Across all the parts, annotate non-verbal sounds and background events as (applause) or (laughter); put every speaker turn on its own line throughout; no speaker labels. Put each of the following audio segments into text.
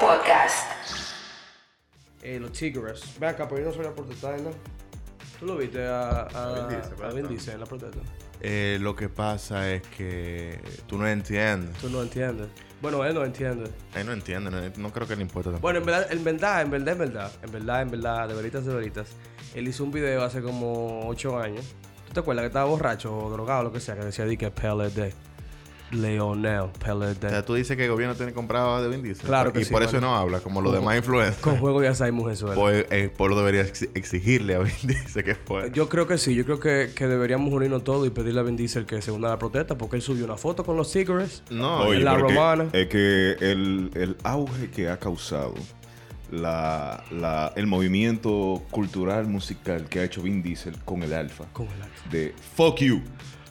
Podcast.
Eh, los Tigres. Ve acá, pero yo no soy la protesta de nada. ¿Tú lo viste a, a,
A Vin Diesel,
a Vin
¿verdad?
Diesel en la protesta?
Eh, lo que pasa es que tú no entiendes.
Tú no entiendes. Bueno, él no entiende.
Él no entiende, no, no creo que le importe tampoco.
Bueno, en verdad, en verdad, en verdad, en verdad, en verdad, en verdad, de veritas, de veritas. Él hizo un video hace como 8 años. ¿Tú te acuerdas que estaba borracho o drogado o lo que sea? Que decía di que PLD. Leonel,
o
PLD.
sea, tú dices que el gobierno tiene comprado de Vin Diesel.
Claro que
Y
sí,
por
bueno.
eso no habla, como los demás influencers.
Con juego ya sabemos Venezuela.
(laughs) Pues, eh, Polo debería ex- exigirle a Vin (laughs) Diesel que fuera.
Yo creo que sí, yo creo que, que deberíamos unirnos todos y pedirle a Vin Diesel que se una a la protesta porque él subió una foto con los Tigres.
no,
Oye,
la
pero que-
romana.
Es que el, el auge que ha causado la, la- el movimiento cultural musical que ha hecho Vin Diesel con el Alfa.
Con el Alfa.
De Fuck You.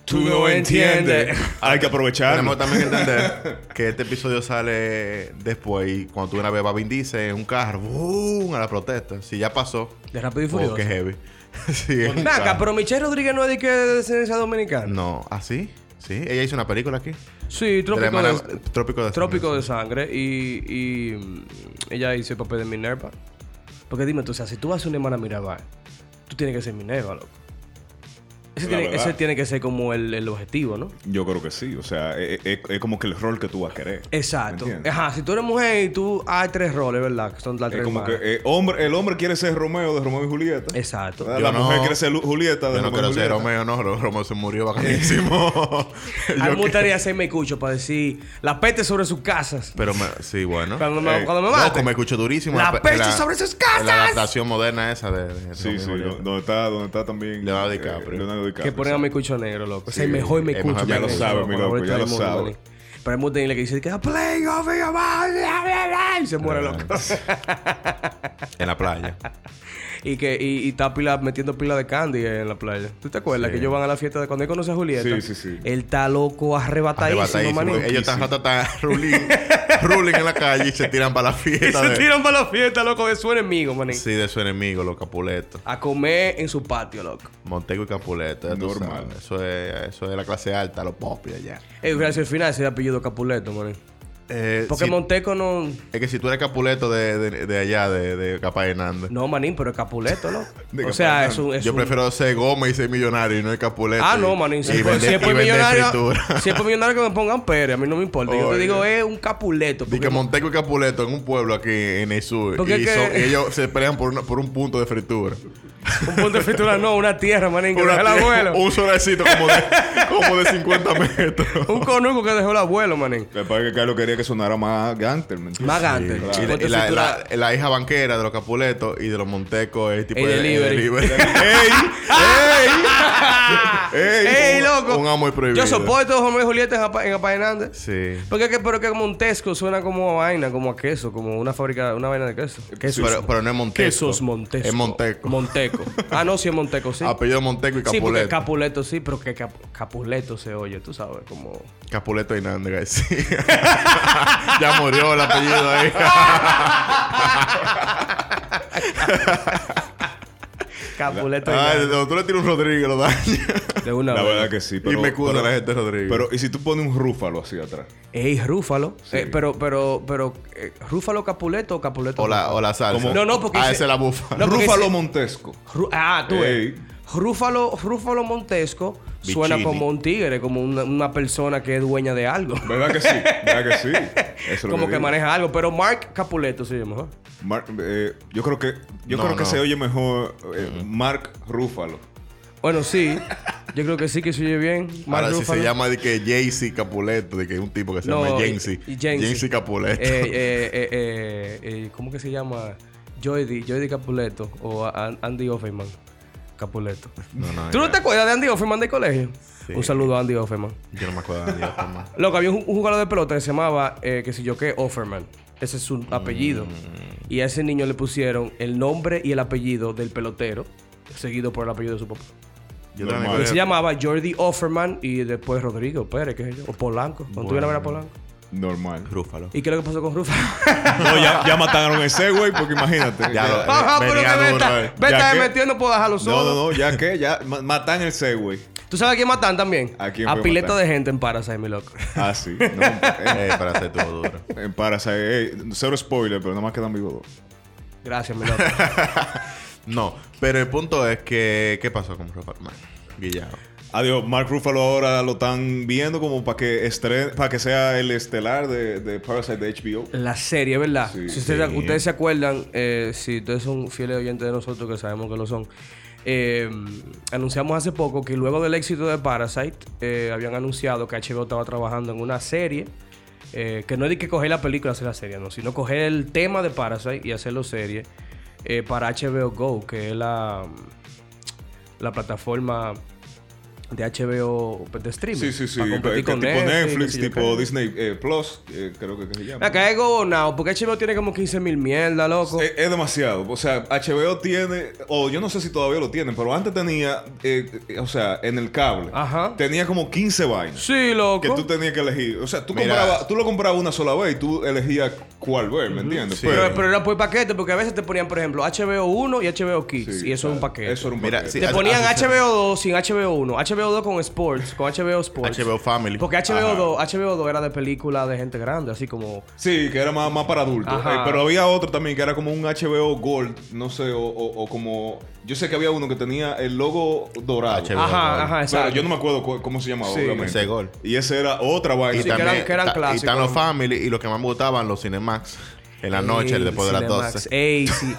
Tú no entiendes.
Hay
(laughs)
que aprovechar.
tenemos también que entender que este episodio sale después y cuando tú una vez va Vin Diesel en un carro, ¡boom! a la protesta. Si ya pasó,
De Rápido y
oh,
Furioso.
qué heavy. (laughs) Sí, en un
Naca,
carro.
pero Michelle Rodríguez no es de que de descendencia dominicana.
No, así, sí. Ella hizo una película aquí.
Sí,
De la
Trópico
hermana-
de,
Trópico de
Trópico de Sangre. Y, y, mm, ella hizo el papel de Minerva. Porque dime tú, o sea, si tú vas a una hermana Mirabal, tú tienes que ser Minerva, loco. Ese,
La
tiene,
verdad.
ese tiene que ser como el, el objetivo, ¿no?
Yo creo que sí. O sea, es, es- es como que el rol que tú vas a querer.
Exacto.
¿Me entiendes?
Ajá, si tú eres mujer y tú hay tres roles, ¿verdad? Que son las
Es
tres
como que
hermanas.
eh, hombre, el hombre quiere ser Romeo de Romeo y Julieta.
Exacto.
La
Yo no-
mujer quiere ser Lu- Julieta de
Yo no
Romeo
quiero
y
ser
Julieta.
Romeo, no. Ro- Romeo se murió
(laughs)
bacanísimo.
A mí me
Yo que-
gustaría hacerme cucho para decir la peste sobre sus casas.
Pero me- sí, bueno. Eh,
Cuando me,
Ey,
cuando me
Loco,
maten.
me escucho durísimo.
La
pe-
peste sobre sus casas.
La adaptación moderna esa de. de Romeo
Sí, sí.
y Julieta.
Donde está, donde está también...
Leonardo
eh,
DiCaprio.
Leonardo DiCaprio.
que ponen a mi cucho negro, loco. es el mejor me
el mejor
cucho
Ya
negro,
lo
sabe,
loco,
mi
favorito
loco, ya
del
lo
mundo,
sabe.
maní. Pero hay mucha gente que dice que "A play of your mind", bla, bla, bla, y se muere
Ah.
loco.
(laughs) En la playa.
Y que y, y está pila, metiendo pila de candy en la playa. ¿Tú te acuerdas
Sí.
que ellos van a la fiesta de cuando él conoce a Julieta?
Sí, sí, sí.
Él está loco arrebatadísimo,
Arrebatadísimo.
maní.
Ellos están rata, están
(laughs)
ruling, ruling en la calle y se tiran para la
Y
fiesta.
se (laughs)
de-
tiran para la fiesta, loco, de su enemigo, maní.
Sí, de su enemigo, los Capuletos.
A comer en su patio, loco.
Montego y Capuleto. ya tú
Normal.
sabes. Eso es, eso es la clase alta, los popis allá.
Ey, Eh, gracias al final ese apellido Capuleto, maní.
Eh,
Porque
si-
Monteco no.
Es que si tú eres Capuleto de, de, de allá, de, de Capaz Hernández.
No, manín, pero es Capuleto, ¿no?
De
o sea,
Capuleto.
es un. es
Yo
un-
prefiero ser Gómez y ser millonario y no el Capuleto.
Ah,
y-
no, manín. Si
y
es por-
vender-
si es por
y vender
millonario.
fritura.
(laughs) Si es por millonario que me pongan Pérez, a mí no me importa. Yo te
Oye.
digo, es un Capuleto.
Di que
Porque,
Monteco y Capuleto en un pueblo aquí en el sur.
pues Porque
y
que-
son- ellos se pelean por, una- por un punto
(laughs)
de fritura.
un punto de fritura, no, una tierra, manín, que dejó el abuelo.
un solecito
(laughs)
como de, como de 50 metros.
Un conuco que dejó el abuelo, manín.
Lo que pasa es que Carlos quería que sonara más Ganter, ¿me entiendes?
Más gante.
claro.
Y
Un
la,
punto de
y la-
fritura.
(laughs) la- la hija banquera de los Capuletos y de los Montecos es tipo
El
de- de
delivery. (laughs)
¡Ey! ¡Ey!
¡Ey, loco!
un amo y prohibido.
Yo soporto a Romeo y Julieta en Apa- en Apa Hernández.
Sí.
Porque es que, pero que Montesco suena como a vaina, como a queso, como una fábrica, una vaina de queso. Queso.
Pero, pero no es Monteco.
Quesos Montesco.
Es Monteco.
Monteco. Ah, no, sí es Monteco,
(laughs)
sí.
Apellido Monteco y
Sí,
Capuleto.
porque Capuleto sí, pero que Cap- Capuleto se oye, tú sabes, como...
Capuleto Hernández García. (laughs) ya murió el apellido ahí.
(laughs) Capuleto.
Ay, no, tú le tiras un Rodríguez, lo daña.
de una
La
vez.
verdad que sí, pero...
y me cuda
pero-
la gente Rodríguez.
Pero, ¿y si tú pones un rúfalo así atrás?
Ey, Rúfalo.
Sí.
Eh, pero, pero, pero, eh, ¿Rúfalo Capuleto o Capuleto?
o, la,
Rúfalo?
o la salsa.
Como-
No, no, porque
Ah,
ese-
esa es la bufa.
No, porque
rúfalo
ese-
Montesco.
Ru- ah, tú ves.
Ey.
Rúfalo, Rúfalo Montesco suena
Bicini.
como un tigre, como una, una persona que es dueña de algo.
¿Verdad que sí? ¿Verdad que sí? Eso es lo
como que
digo.
maneja algo. Pero Mark Capuleto se oye mejor.
Mar- eh, yo creo que, yo
No,
creo que
no.
se oye mejor eh, Mark Rúfalo.
Bueno, sí. Yo creo que sí que se oye bien. Mark
Ahora, si
Ruffalo.
se llama de que Jaycee Capuleto, de que es un tipo que se
No,
llama
eh,
Jaycee.
eh, Jensi.
Jaycee Capuleto.
Eh, eh, eh, eh, eh, ¿Cómo que se llama? Joydy, Joydy Capuleto o a- a- Andy Offerman Capuleto.
no, no,
¿Tú
yo-
no te acuerdas de Andy Offerman del colegio?
Sí.
Un saludo a Andy Offerman.
Yo no me acuerdo de Dios, jamás.
Loco, había un, un jugador de pelota que se llamaba, eh, que sé yo qué, Offerman. Ese es su apellido.
Mm.
Y a ese niño le pusieron el nombre y el apellido del pelotero, seguido por el apellido de su papá.
Yo
Normal.
también
Y
acuerdo.
se llamaba Jordi Offerman y después Rodrigo Pérez, qué sé yo, o Polanco. Cuando tú vienes a ver a Polanco.
Normal.
Rúfalo.
¿Y qué es lo que pasó con Rufa?
No, ya, ya mataron a ese güey, porque imagínate.
Ya lo-
Ajá, pero
Venía
que
duro,
vete.
eh.
Vete
Ya
ahí
que-
metido, no puedo dejarlo
No,
solo.
no, no, ya que, ya ma- matan el Segway.
¿Tú sabes a quién matan también?
¿A quién fue
pileta
matan?
de gente en Parasite, mi loco.
Ah, sí. No, eh,
Eh, para hacer todo duro.
eh, para saber, eh, cero spoiler, pero nomás quedan vivos dos.
Gracias, mi loco.
No, pero el punto es que. ¿Qué pasó con Rúfalo? Man, Guillado.
Adiós, Mark Ruffalo ahora lo están viendo como para que estrene, para que sea el estelar de, de Parasite de HBO.
La serie, ¿verdad?
Sí,
si ustedes,
sí.
ustedes se acuerdan, eh, si ustedes son fieles oyentes de nosotros, que sabemos que lo son, eh, anunciamos hace poco que luego del éxito de Parasite, eh, habían anunciado que HBO estaba trabajando en una serie, eh, que no es de que coger la película y hacer la serie, no, sino coger el tema de Parasite y hacerlo serie eh, para HBO Go, que es la, la plataforma de HBO de streaming.
Sí, sí, sí.
para
que-
competir
que
con
tipo Netflix,
qué sé yo
tipo
qué.
Disney eh, Plus, eh, creo que, que se llama.
Acá es gobernado, porque HBO tiene como 15 mil mierda, loco.
Es, es demasiado. O sea, HBO tiene, o yo no sé si todavía lo tienen, pero antes tenía, eh, eh, o sea, en el cable,
Ajá.
tenía como 15 vainas.
Sí, loco.
Que tú tenías que elegir. O sea, tú,
Mira.
comprabas, tú lo comprabas una sola vez y tú elegías cuál ver, ¿me entiendes?
Sí.
pero, pero era por paquete, porque a veces te ponían, por ejemplo, HBO 1 y HBO Kids.
Sí,
y eso es un
claro.
paquete.
Eso era un
Mira,
paquete.
sí,
Te
Hace-
ponían
hace-
HBO 2 sin HBO 1, HBO 2 con Sports, con HBO Sports.
HBO Family.
Pues Porque HBO 2, HBO 2 era de película de gente grande, así como.
Sí, que era más, más para adultos.
Ajá.
Eh, pero había otro también que era como un HBO Gold, no sé, o, o- o como... Yo sé que había uno que tenía el logo dorado.
HBO.
Ah,
Ajá,
bueno.
ajá, exacto.
Pero yo no me acuerdo cu- cómo se llamaba,
Sí.
obviamente.
Ese Gold.
Y ese era otra vaina.
Y
Sí, que eran-
también.
que eran
ta- y
clásicos.
están los Family y los que más me gustaban, los Cinemax. En la noche,
Ey,
después de las
Cinemax.
12.
Ey, sí.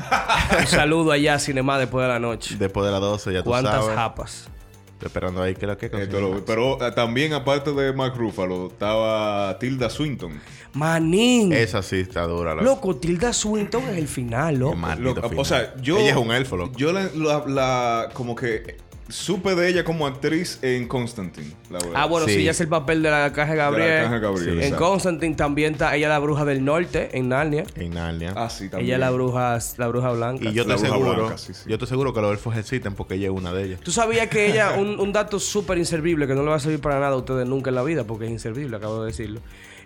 un saludo allá, a Cinema, después de la noche.
Después de las 12, ya tú
¿Cuántas
sabes.
japas?
Estoy esperando ahí que lo que con
Esto lo-
Cinemax.
pero eh, también, aparte de Mark Ruffalo, estaba Tilda Swinton.
Manín.
Esa sí está dura, loco.
Loco, Tilda Swinton es el final,
Qué
loco.
maldito
Loca, o
final.
sea, yo...
Ah, Ella es un elfo, loco.
Yo la, la- la- como que supe de ella como actriz en Constantine, la verdad.
Ah, bueno, sí,
Sí.
ella es el papel de la Caja Gabriel.
Pues, De la Arcángel Gabriel,
Sí.
En
exacto.
Constantine también está ella la bruja del norte en Narnia.
En Narnia.
Ah, sí, también.
Ella es la bruja, la bruja blanca.
y yo te
la bruja
aseguro,
blanca, sí, sí.
yo te aseguro que los elfos existen porque ella es una de ellas.
Tú sabías que ella, un, un dato súper inservible que no le va a servir para nada a ustedes nunca en la vida, porque es inservible, acabo de decirlo.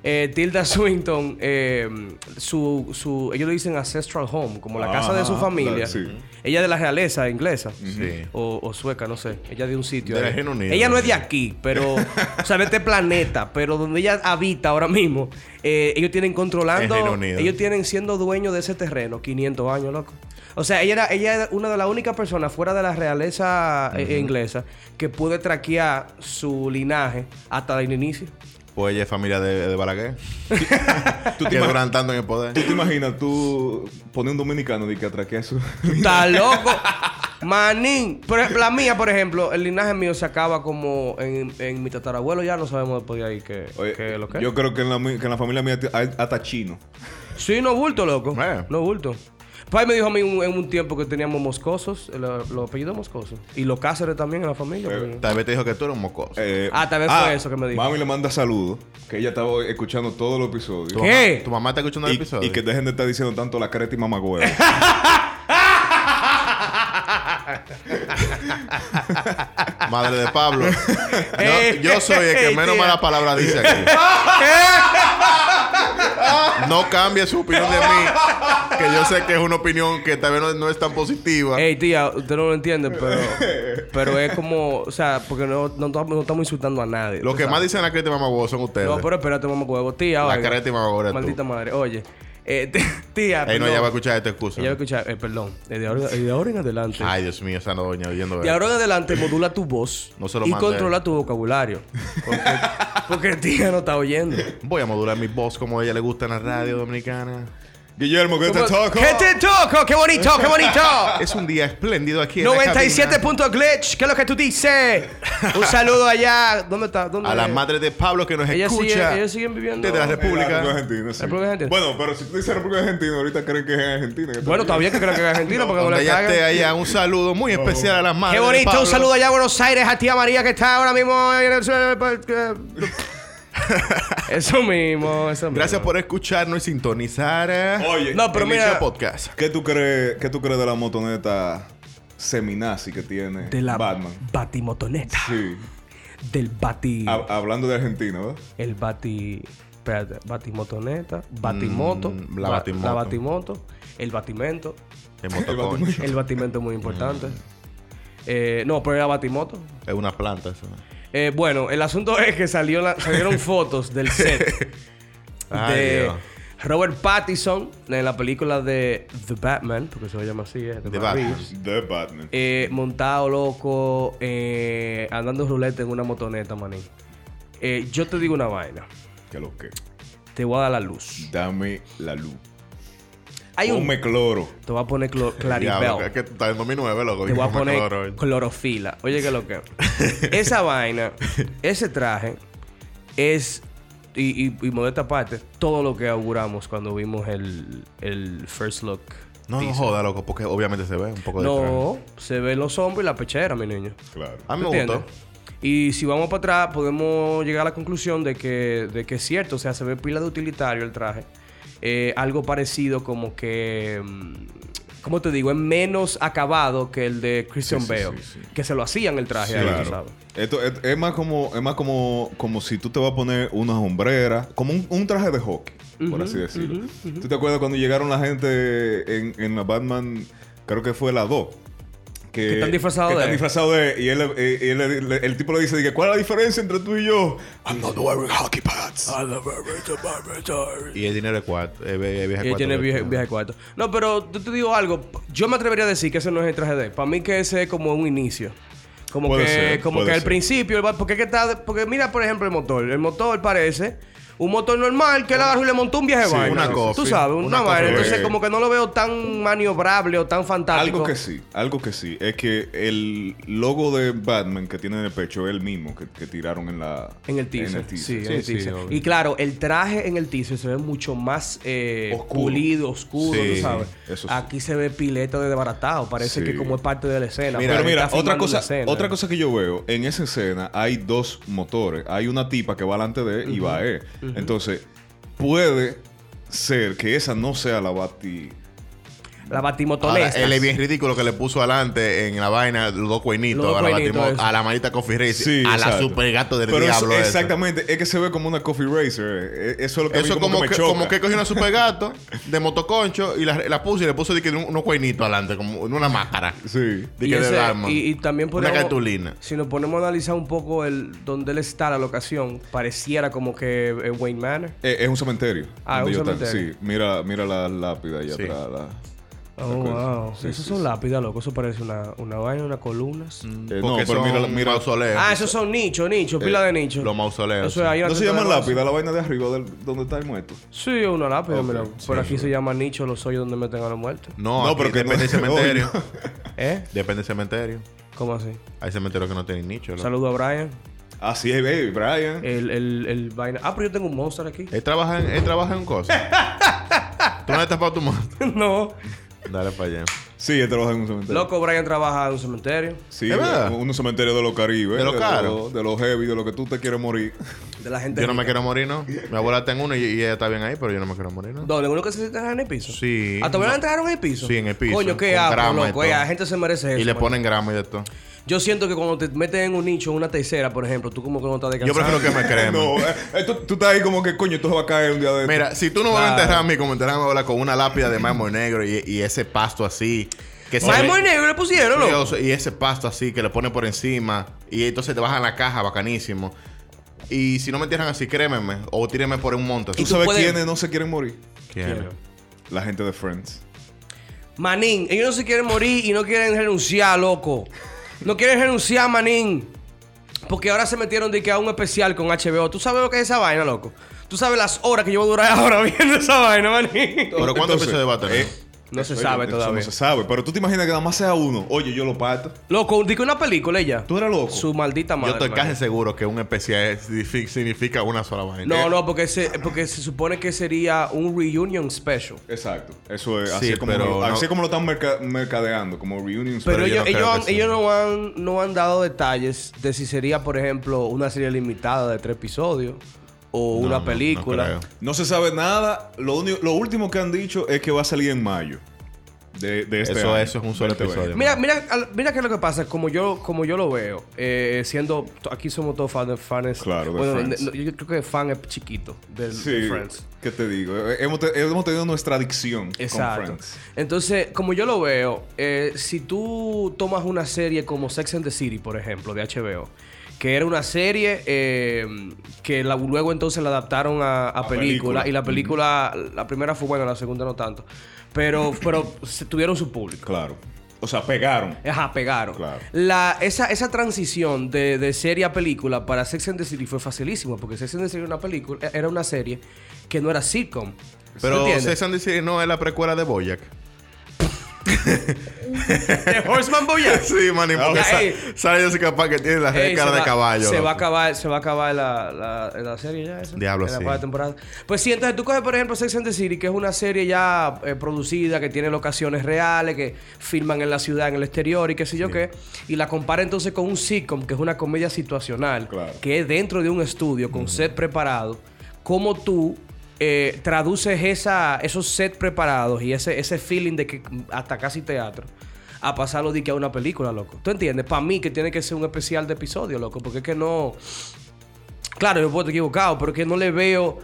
Eh, Tilda Swinton, eh, su, su, ellos le dicen ancestral home, como la casa de su
Ajá,
familia.
la- sí.
Ella es de la realeza inglesa.
Sí.
O, o sueca, no sé. Ella de un sitio.
Del
ahí.
Reino Unido.
Ella no es de aquí, pero. o sea, de este planeta, pero donde ella habita ahora mismo. eh, ellos tienen controlando.
El Reino Unido.
Ellos tienen siendo dueños de ese terreno 500 años, loco. O sea, ella era, ella era una de las únicas personas fuera de la realeza eh, inglesa que puede traquear su linaje hasta el inicio.
Pues ella es familia de, de Balaguer.
(laughs) ¿Tú te
que
imaginas-
duran tanto en el poder.
¿Tú te imaginas tú poner un dominicano y que atraquea a su...
Está
(laughs)
loco. Manín. Pero la mía, por ejemplo, el linaje mío se acaba como en, en mi tatarabuelo. Ya no sabemos después de ahí qué
Oye,
qué es lo que es.
Yo creo que en la, mi- que en la familia mía hay hasta chino.
Sí, no bulto, loco.
Bueno.
No bulto. Pai me dijo a mí un- en un tiempo que teníamos moscosos, eh, el- los apellidos moscosos. Y los cáceres también en la familia. porque- (laughs)
Tal vez te dijo que tú eres un mocoso.
Eh,
Ah, tal vez fue eso que me dijo.
Mami le manda saludos, que ella estaba escuchando todos los episodios.
¿Tu
¿Qué?
mamá- ¿Tu mamá está escuchando el
Y,
episodio?
y que dejen de estar diciendo tanto la creta
(laughs)
y mamagüeva.
Madre de
(laughs)
Pablo. yo,
Ey,
yo soy el que
ey,
menos
tía.
malas palabras dice aquí. No cambie su opinión de mí. Que yo sé que es una opinión que tal vez no, no es tan positiva.
Ey, tía, usted no lo entiende, pero, pero es como, o sea, porque no, no, estamos- no estamos insultando a nadie.
Lo
tú
que
sabes.
más dicen la crítica mamá son ustedes.
No, pero espérate, mamá huevo. Tía,
la
oiga.
careta y mamá huevo eres tú.
Maldita madre. Oye, eh, (laughs) t- tía.
Ey, no,
perdón.
ella va a escuchar esta excusa.
Ella va a escuchar, eh, perdón. Eh, De ahora, eh, de ahora en adelante.
Ay, Dios mío, esa no doña oyendo
De
esto.
ahora en adelante modula tu voz
No se lo
y
mandé.
controla tu vocabulario. Porque,
(laughs)
porque tía no está oyendo.
Voy a modular mi voz como a ella le gusta en la radio dominicana.
Guillermo, ¿qué te toco?
¿Qué te toco? ¡Qué bonito, qué bonito!
(laughs) Es un día espléndido aquí en la cabina.
97 puntos glitch, ¿qué es lo que tú dices? Un saludo allá. ¿Dónde está? ¿Dónde
A la
es?
madre de Pablo que nos
Ellas siguen-
escucha.
ellas siguen viviendo-
Desde la
en la
República.
Eh, República Argentina, sí.
República Argentina.
Bueno, pero si tú dices República Argentina, ahorita creen que es en Argentina. que
Bueno, todavía que creo que es Argentina porque no
Donde
le
ella esté
cagan.
allá, un saludo muy especial a la madre.
Qué
de
bonito,
Pablo.
un saludo allá a Buenos Aires, a tía María que está ahora mismo. en
(laughs)
el- Eso mismo, eso mismo.
Gracias por escucharnos y sintonizar. eh,
Oye,
No, pero
el
mira-
Licha podcast.
¿qué tú crees, qué tú crees de la motoneta seminazi que tiene
De la
Batman?
Batimotoneta.
Sí.
Del Bati.
Ah,
Ha- hablando de Argentina, ¿verdad?
El Bati. espérate, Batimotoneta, Batimoto,
Mm, la
ba-
Batimoto.
la Batimoto, el
(laughs)
Batimento.
El motoconcho.
El Batimento es muy
Mm.
importante. Eh, no, pero era Batimoto.
es una planta eso.
Eh, bueno, el asunto es que salió la-
(laughs)
salieron fotos del set
Ay,
de
Dios.
Robert Pattinson en la película de The Batman, porque se llama así, eh, de
The
Matt
Batman.
Reeves.
The Batman.
Eh, montado loco, eh, andando ruleta en una motoneta, maní. Eh, yo te digo una vaina,
Que lo que.
te voy a dar la luz.
Dame la luz.
Hay un,
Ponme cloro.
te voy a poner
(laughs)
clo-
Diablo,
Claribel.
Es que ¿eh? está en 2009, loco.
Te voy a
Yo me
poner
acuerdo hoy.
clorofila. Oye, que lo que.
(laughs)
Esa vaina, ese traje, es. Y, y, y modesta parte, todo lo que auguramos cuando vimos el, el first look.
No, no
teaser.
joda, loco, porque obviamente se ve un poco de traje.
No, se ven los hombros y la pechera, mi niño.
Claro.
A mí me
¿Entiendes?
gustó.
Y si vamos para atrás, podemos llegar a la conclusión de que, de que es cierto, o sea, se ve pila de utilitario el traje. Eh, algo parecido como que. mm, ¿Cómo te digo? Es menos acabado que el de Christian
Sí, sí,
Bale.
sí, sí.
Que se lo hacían el traje a él, tú
Claro.
¿sabes?
Esto es, es más como es más como como si tú te vas a poner unas hombreras, como un, un traje de hockey, por así decirlo. ¿Tú te acuerdas cuando llegaron la gente en, en la Batman, creo que fue la 2?
Que están disfrazados
que
de-
están disfrazados de- Y, él, eh, y él- le- el tipo le dice, dije, ¿cuál es la diferencia entre tú y yo? I'm not wearing hockey pads.
Y el dinero es cuarto. Es vie- es vieja
Y él
cuarto,
tiene
loco.
viaje, viaje cuarto. No, pero yo te digo algo. Yo me atrevería a decir que ese no es el traje de él. Para mí que ese es como un inicio. Como
Puede
que,
ser,
como
puede
que al
ser.
principio, el va- porque es que está, porque mira por ejemplo el motor, el motor parece un motor normal que él agarró y le montó un viaje
Sí,
vaina.
una
Tú
coffee.
sabes,
Una
una, vaina.
coffee.
Entonces
Eh.
como que no lo veo tan maniobrable o tan fantástico.
Algo que sí, algo que sí, es que el logo de Batman que tiene en el pecho es el mismo que, que tiraron en la
En el teaser. Sí, en el
Sí, sí,
teaser.
obvio.
y claro, el traje en el teaser se ve mucho más eh,
Oscuro.
pulido, oscuro,
Sí,
tú sabes.
eso sí.
Aquí se ve pileta de desbaratado. Parece
Sí.
que como es parte de la escena.
Mira,
porque
Pero mira,
está
otra
filmando
cosa,
la escena.
otra cosa que yo veo, en esa escena hay dos motores. Hay una tipa que va delante de él y va a él. Entonces, puede ser que esa no sea la Bati.
La
Ahora,
batimotoneta.
él es bien ridículo que le puso adelante en la vaina los dos cuernitos
Los dos
a, la
cuernitos,
Batimo-
eso.
a la manita Coffee Race,
Sí,
a la
exacto.
super gato del
Pero eso-
diablo. ese.
exactamente, es que se ve como una coffee racer. eh. Eh, Eso es lo que a mí
Eso
como, que, me choca.
como que cogió una super gato de motoconcho y la, la puso y le puso de que un- unos cuernitos adelante, como en una máscara.
Sí.
De
y,
que
ese-
del Batman.
y- y también
Una
podemos,
cartulina.
Si nos ponemos a analizar un poco el donde él está, la locación, pareciera como que eh, Wayne Manor.
Eh, es un cementerio.
Ah,
donde
es un
yo estaba.
cementerio.
Sí, mira, mira la lápida allá
Sí. Mm.
atrás. la- eh,
Oh,
cosa.
wow.
Sí,
Esos
sí,
son
sí.
lápidas, loco. Eso parece una, una vaina, unas columnas.
Eh, no,
Porque
pero mira, la-
son
mira.
mausoleos.
Ah, esos son nichos, nichos,
Eh,
pila de nichos.
Los mausoleos.
Eso es ahí
¿No se
una
llama
de las-
lápida la vaina de arriba del- donde está el muerto?
Sí, es una lápida,
Ok,
mira.
sí,
Por aquí se llama nicho los hoyos donde meten a los muertos.
No,
No,
aquí
pero que
depende
no-
del cementerio.
¿Eh?
(laughs) depende del cementerio.
¿Cómo así?
Hay cementerios que no tienen nicho. loco.
Saludo a Brian.
Así es, baby, Brian.
El, el, el vaina. Ah, pero yo tengo un monster aquí.
Él trabaja en, él trabaja en cosas. ¿Tú no has tapado tu mano?
(laughs) no.
Dale para allá.
Sí, este él trabaja en un cementerio.
Loco, Brian trabaja en un cementerio.
Sí,
¿Es verdad?
un cementerio de los caribes.
De los caros.
los- De los heavy, de lo que tú te quieres morir.
De la gente.
Yo no me
rica.
quiero morir, ¿no? Mi abuela está en uno y, y ella está bien ahí, pero yo no me quiero morir, ¿no?
¿Dónde? ¿Uno que se enterraron en el piso?
Sí.
¿Hasta ahora le
No.
entraron en el piso?
Sí, en el piso,
Coño, qué
con
asco,
grama y
loco. eh,
todo.
La gente se merece eso.
Y le
man.
ponen grama y de todo.
Yo siento que cuando te meten en un nicho, en una tercera, por ejemplo, tú como que no estás
Yo
descansando.
prefiero que me (laughs) cremen.
(laughs) no, eh, eh, tú, tú estás ahí como que coño, esto se va a caer un día de.
Em. Mira, si tú no vas a
Claro.
enterrar a mí como enterraron a mi abuela con una lápida de mármol negro y, y ese pasto así. Que se
Más
ve-
muy negro le pusieron, loco.
Dios, y ese pasto así que le ponen por encima y entonces te bajan la caja bacanísimo. Y si no me entierran así, crémeme o tírenme por un monte.
¿Tú,
tú
sabes
puedes-
quiénes no se quieren morir?
¿Quién?
La gente de Friends.
Manín, ellos no se quieren morir y no quieren renunciar, loco. No quieren renunciar, Manín. Porque ahora se metieron de que a un especial con HBO. ¿Tú sabes lo que es esa vaina, loco? ¿Tú sabes las horas que yo voy a durar (laughs) ahora viendo esa vaina, Manín?
¿Pero cuántos
Entonces,
episodios va a tener?
No se
eso-
sabe
eso
todavía.
No se sabe, pero tú te imaginas que nada más sea uno. Oye, yo lo parto.
Loco, di que una película ella.
Tú eres loco.
Su maldita
Yo
madre.
estoy
Manín.
casi seguro que un especial signifi- significa una sola vaina.
No, no, porque se, porque se supone que sería un reunion special.
Exacto. Eso es.
Sí,
así, es como,
pero
lo, así
no-
es como lo están merca- mercadeando, como reunions.
Pero,
Pero yo
ellos,
no creo
ellos,
que
han-
sí.
ellos no, han, no han dado detalles de si sería, por ejemplo, una serie limitada de tres episodios o
No, no,
una
no
película.
creo.
No se sabe nada. Lo, único- lo último que han dicho es que va a salir en mayo. de, de este
Eso-
año,
eso es un solo
2020.
episodio.
Mira, mira, al- mira qué es lo que pasa, como yo, como yo lo veo, eh, siendo to- aquí somos todos fan- fans,
Claro, de
bueno,
Friends.
no, yo creo que fan es chiquito del
Sí,
Friends.
¿qué te digo? Eh, Hemos, te- hemos tenido nuestra adicción con
Exacto.
Friends.
Entonces, como yo lo veo, eh, si tú tomas una serie como Sex and the City, por ejemplo, de HBO, que era una serie eh, que la- luego entonces la adaptaron a, a
A
película,
película.
y la película, la primera fue buena, la segunda no tanto,
(laughs)
pero, pero se- tuvieron su público.
Claro. O sea, pegaron.
Ajá, pegaron.
Claro.
La, esa, esa transición de, de serie a película para Sex and the City fue facilísima, porque Sex and the City era una, película, era una serie que no era sitcom. ¿Tú
Pero
entiendes? (laughs)
César dice no es la precuela de Boyac.
De (laughs) Horseman Boyack.
Sí, man, porque
ya,
sa-
ey.
sale Jessica Parker tiene la
Ey,
cara
se
de
va-
caballo.
Se va a
loco.
acabar, se va a acabar la, la, la serie ya. esa,
Diablo,
en la
sí.
cuarta temporada. Pues sí, entonces tú coges, por ejemplo, Sex and the City, que es una serie ya eh, producida, que tiene locaciones reales, que filman en la ciudad, en el exterior y qué sé yo qué. Y la compara entonces con un sitcom, que es una comedia situacional,
Claro.
que es dentro de un estudio, con set preparado. ¿Cómo tú eh, traduces esa, esos set preparados y ese, ese feeling de que hasta casi teatro? a pasarlo de que a una película, loco. ¿Tú entiendes? Para mí que tiene que ser un especial de episodio, loco, porque es que no... Claro, yo puedo estar equivocado, pero que no le veo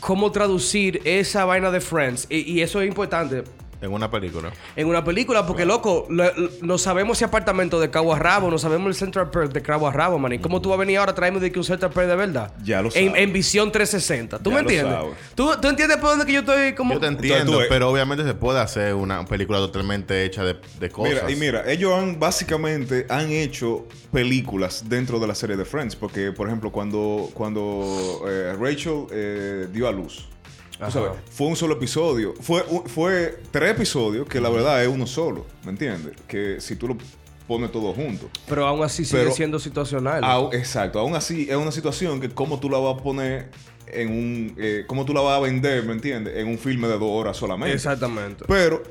cómo traducir esa vaina de Friends. Y, y eso es importante
En una película.
en una película, porque, loco, lo- lo- no sabemos ese apartamento de Cabo a Rabo, no sabemos el Central Perk de Cabo a Rabo, man. ¿Y cómo tú vas a venir ahora a traerme de que un Central Perk de verdad?
Ya lo
en,
sabes.
en visión 360. ¿Tú
Ya
me
lo
entiendes?
sabes.
¿Tú, tú entiendes por dónde que yo estoy como...
Yo te
tú
entiendo,
ves.
pero obviamente se puede hacer una película totalmente hecha de, de cosas.
Mira, y mira, ellos han básicamente han hecho películas dentro de la serie de Friends, porque por ejemplo cuando, cuando eh, Rachel eh, dio a luz, tú
Ajá.
sabes, fue un solo episodio, fue, un- fue tres episodios que la verdad es uno solo, ¿me entiendes? Que si tú lo pones todo junto.
Pero aún así sigue
Pero-
siendo situacional.
Au- exacto, aún así es una situación que cómo tú la vas a poner en un, eh, cómo tú la vas a vender, ¿me entiendes? En un filme de dos horas solamente.
Exactamente.
Pero,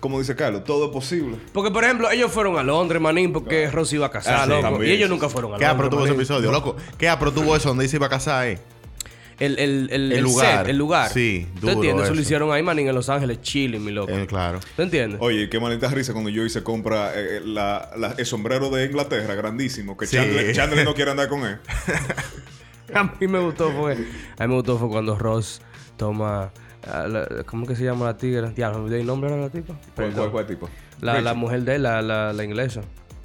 como dice Carlos, todo es posible.
Porque, por ejemplo, ellos fueron a Londres, manín, porque Rosy iba a casar,
Ah, sí,
loco.
también.
Y ellos nunca fueron a
¿Qué apro
Londres.
tuvo ese
manín.
episodio, loco? ¿Qué apro tuvo eso donde dice iba a casar ahí?
El, el, el,
El
el
lugar.
set, el lugar.
Sí,
¿Tú
duro
entiendes? Eso lo
eso.
hicieron ahí, manín, en Los Ángeles, Chile, mi loco.
Eh, claro.
¿Tú entiendes?
Oye, qué maldita risa cuando yo hice compra eh, eh, la- la- el sombrero de Inglaterra, grandísimo, que
Sí.
Chandler, Chandler no quiere andar con
(laughs)
él.
(laughs) A mí me gustó fue... A mí me gustó fue cuando Ross toma... ah, la- ¿Cómo que se llama la tigra? Ya, ¿me olvidé el nombre de la tipa?
¿Cuál, cuál, cuál tipo?
La, la mujer de él, la, la, la inglesa.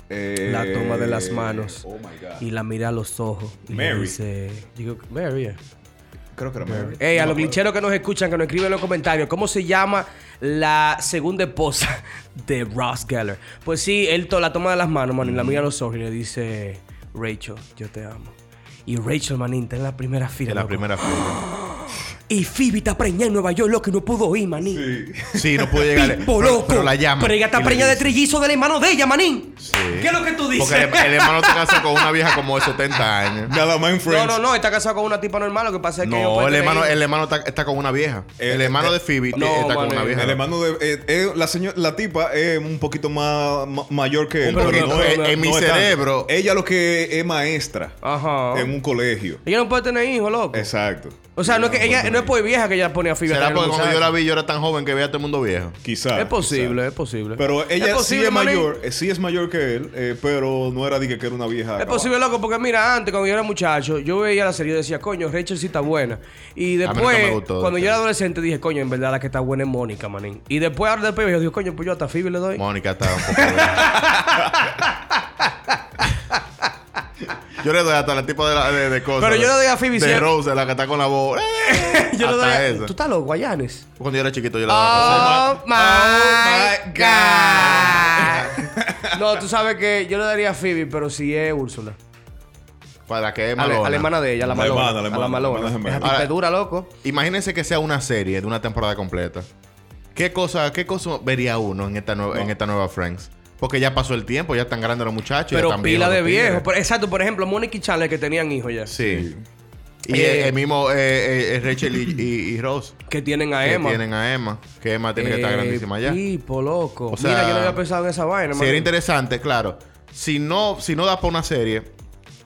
Eh,
La toma de las manos.
Oh my God.
Y la mira a los ojos. Y le
Mary.
dice... Digo, Mary, eh.
Creo que era Mary.
Ey, a los
No me acuerdo.
glitcheros que nos escuchan, que nos escriben en los comentarios, ¿cómo se llama la segunda esposa (laughs) de Ross Geller? Pues sí, él to- la toma de las manos, man, y la mira a los ojos y le dice, Rachel, yo te amo. Y Rachel, manín, está en la primera fila.
En la
loco.
primera fila.
Y Phoebe está preñada en Nueva York, loco, y no pudo ir, manín.
Sí.
Sí, no pude llegar.
Pipo, loco.
pero, pero la llama.
Pero ella
Y
está
le
preñada de
dice-
trillizo del hermano de ella, manín.
Sí.
¿Qué es lo que tú dices?
Porque
(laughs)
el, el hermano te casó con una vieja como de 70 años.
(laughs) Nada más en
no,
Friends.
no, no, está casado con una tipa normal, lo que pasa es que... ellos
No,
pueden
el
tener
hermano,
hijos.
el hermano está, está con una vieja.
Eh,
el hermano de Phoebe
no,
está con
mano,
una vieja.
El hermano de. eh, eh, la, señor- la tipa es un poquito más ma- mayor que él.
Oh, Pero
porque
no,
no
pero
es-
no,
en mi
no es tanto.
cerebro.
Ella lo que es maestra
Ajá.
en un colegio.
Ella no puede tener hijos, loco.
Exacto.
O sea, no es que ella no es por vieja que ella pone a Phoebe a
¿Será
tener
porque
un
cuando yo
muchacho?
la vi yo era tan joven que veía a todo el mundo viejo?
Quizás.
Es posible, es posible.
Pero ella sí
posible,
es
manín.
mayor, eh, sí es mayor que él, eh, pero no era de que que era una vieja.
Es
acabada.
posible, loco, porque mira, antes cuando yo era muchacho, yo veía la serie y decía, coño, Rachel sí está buena. Y
nunca
después,
me gustó,
cuando yo
tío.
era adolescente, dije, coño, en verdad la que está buena es Mónica, manín. Y después, ahora después, yo digo, coño, pues yo hasta Phoebe le doy.
Mónica está un poco vieja. (laughs) Yo le doy hasta la tipo de, la- de, de cosas.
Pero yo le doy a Phoebe
De
siempre-
Rose, la que está con la voz.
(laughs) yo le doy.
hasta
a-
esa.
Tú estás loco, Guayanes.
Cuando yo era chiquito yo le daba
Oh my God. No, tú sabes que yo le daría a Phoebe, pero si es Úrsula.
Para que es
Ale-
malona.
alemana de ella, la
Alemana,
malona. a
alemana,
la malona.
alemana,
Esa
alemana.
tipa es dura, loco.
Imagínense que sea una serie de una temporada completa. ¿Qué cosa, qué cosa vería uno en esta, nueva, en esta nueva Friends? Porque ya pasó el tiempo, ya están grandes los muchachos. ya
Pero
están
pila
viejos
de
los tigres.
viejos. Por- Exacto, por ejemplo, Mónica y Charles que tenían hijos ya.
Sí. Y
Eh,
el, el mismo eh, eh, eh, Rachel y, y- y Rose.
Que tienen a
que
Emma.
tienen a Emma. Que Emma tiene que estar
Eh,
grandísima ya.
Tipo, loco.
O sea,
Mira, yo no había pensado en esa vaina.
Sería
mano.
interesante, claro. Si no, si no da para una serie,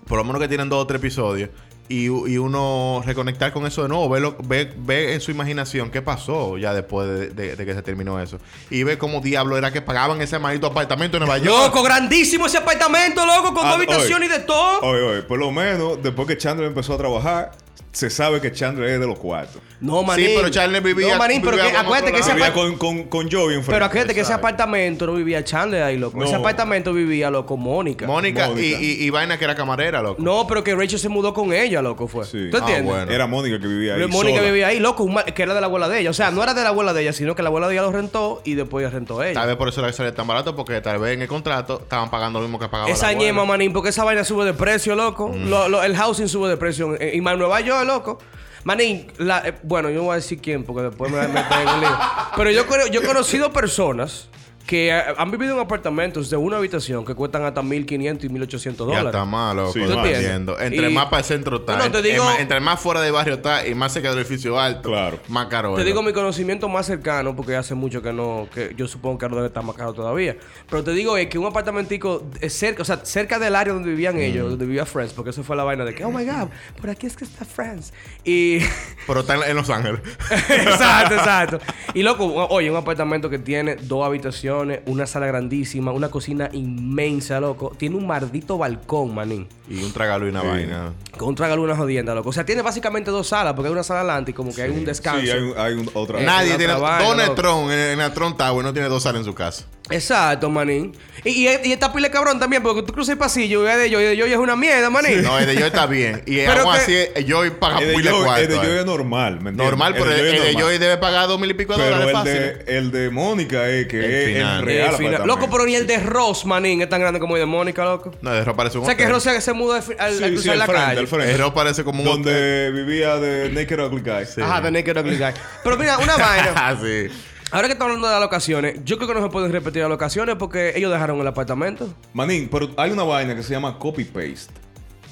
por lo menos que tienen dos o tres episodios, y, u- y uno reconectar con eso de nuevo, ver, lo- ver- ver en su imaginación qué pasó ya después de, de- de que se terminó eso. Y ver cómo diablo era que pagaban ese maldito apartamento en Nueva York.
Loco, grandísimo ese apartamento, loco, con
Ah,
dos habitaciones
oye.
y de todo.
Oye, oye, por lo menos después que Chandler empezó a trabajar, se sabe que Chandler es de los cuartos.
No, manín.
pero Charles vivía-
No, manín, pero
vivía
que-
con otro
acuérdate que ese
lado.
Vivía
apartamento.
con, con, con Joey enfrente.
Pero acuérdate que ese
Exacto.
apartamento no vivía Chandler ahí, loco. Ese
No.
apartamento vivía, loco, Mónica.
Mónica y,
Mónica.
y- y Vaina que era camarera, loco.
No, pero que Rachel se mudó con ella, loco, fue.
Sí.
¿Tú
Ah,
entiendes?
bueno.
Era Mónica que vivía ahí.
Pero Mónica
sola.
vivía ahí, loco, un mal- que era de la abuela de ella. O sea, no era de la abuela de ella, sino que la abuela de ella lo rentó y después ella rentó a
Tal
ella.
vez por eso le sale tan barato, porque tal vez en el contrato estaban pagando lo mismo que pagaba
Esa
la abuela.
ñema, manín, porque esa vaina sube de precio, loco. Lo- lo- el housing sube de precio. Eh, Y más Nueva York, loco. Manín, la- eh, bueno, yo no voy a decir quién, porque después me van a meter en el lío. Pero yo, creo- yo he conocido personas que eh, han vivido en apartamentos de una habitación que cuestan hasta 1.500 y 1.800
Ya
dólares.
está malo, loco.
Sí,
lo
¿tú
entiendes?
entiendo. Entre
Y-
más para el centro está.
No, no, te
en-
digo-
en- entre más fuera del barrio está y más cerca del edificio alto.
Claro.
Más caro.
Te
es,
digo
loco.
mi conocimiento más cercano, porque hace mucho que no, que yo supongo que ahora debe estar más caro todavía. Pero te digo es que un apartamentico eh, cerca, o sea, cerca del área donde vivían ellos, donde vivía Friends, porque eso fue la vaina de que, oh my god, por aquí es que está Friends. Y (laughs)
Pero está en, en Los Ángeles.
exacto, exacto. Y loco, o- oye, un apartamento que tiene dos habitaciones, una sala grandísima, una cocina inmensa, loco. Tiene un maldito balcón, manín.
y un tragalo y una
Sí.
vaina.
Con un tragaluna jodienda, loco. O sea, tiene básicamente dos salas, porque hay una sala adelante y como que hay un descanso.
Sí, hay, un- hay un- otra.
Eh,
Nadie
la
tiene.
otra vaina,
Donald
loco.
Trump en, en la Trump Tower no tiene dos salas en su casa.
Exacto, manín. Y, y, y esta pila de cabrón también, porque tú cruzas el pasillo y es de yo, y de yo y es una mierda, manín.
No, el de Joy está bien.
(laughs)
Y
Pero
aún
que-
así, el Joy paga
el de
muy de
Joey- el de
cuarto.
Joey
eh.
es normal, ¿me entiendes?
Normal, pero el,
Joey es
el de
normal.
Joy debe pagar dos mil y pico de
Pero
dólares
el
fácil.
de, el de Mónica es que
El
es
final.
el
Eh,
real.
fina-
apartamento.
loco, pero ni el de Ross, manín, es tan grande como el de Mónica, loco.
No, el Ross parece un
O sea, que
hotel.
Ross se, se muda al, fi- al-
Sí,
al
sí,
cruzar
al
la
frente,
calle.
al frente.
El Ross parece como un hotel.
Donde vivía de Naked Ugly Guy.
Ajá, de Naked Ugly Guy. Pero mira,
(laughs)
una vaina.
(laughs) Ah, sí.
Ahora que estamos hablando de las locaciones, yo creo que no se pueden repetir las locaciones porque ellos dejaron el apartamento.
Manín, pero hay una vaina que se llama copy paste.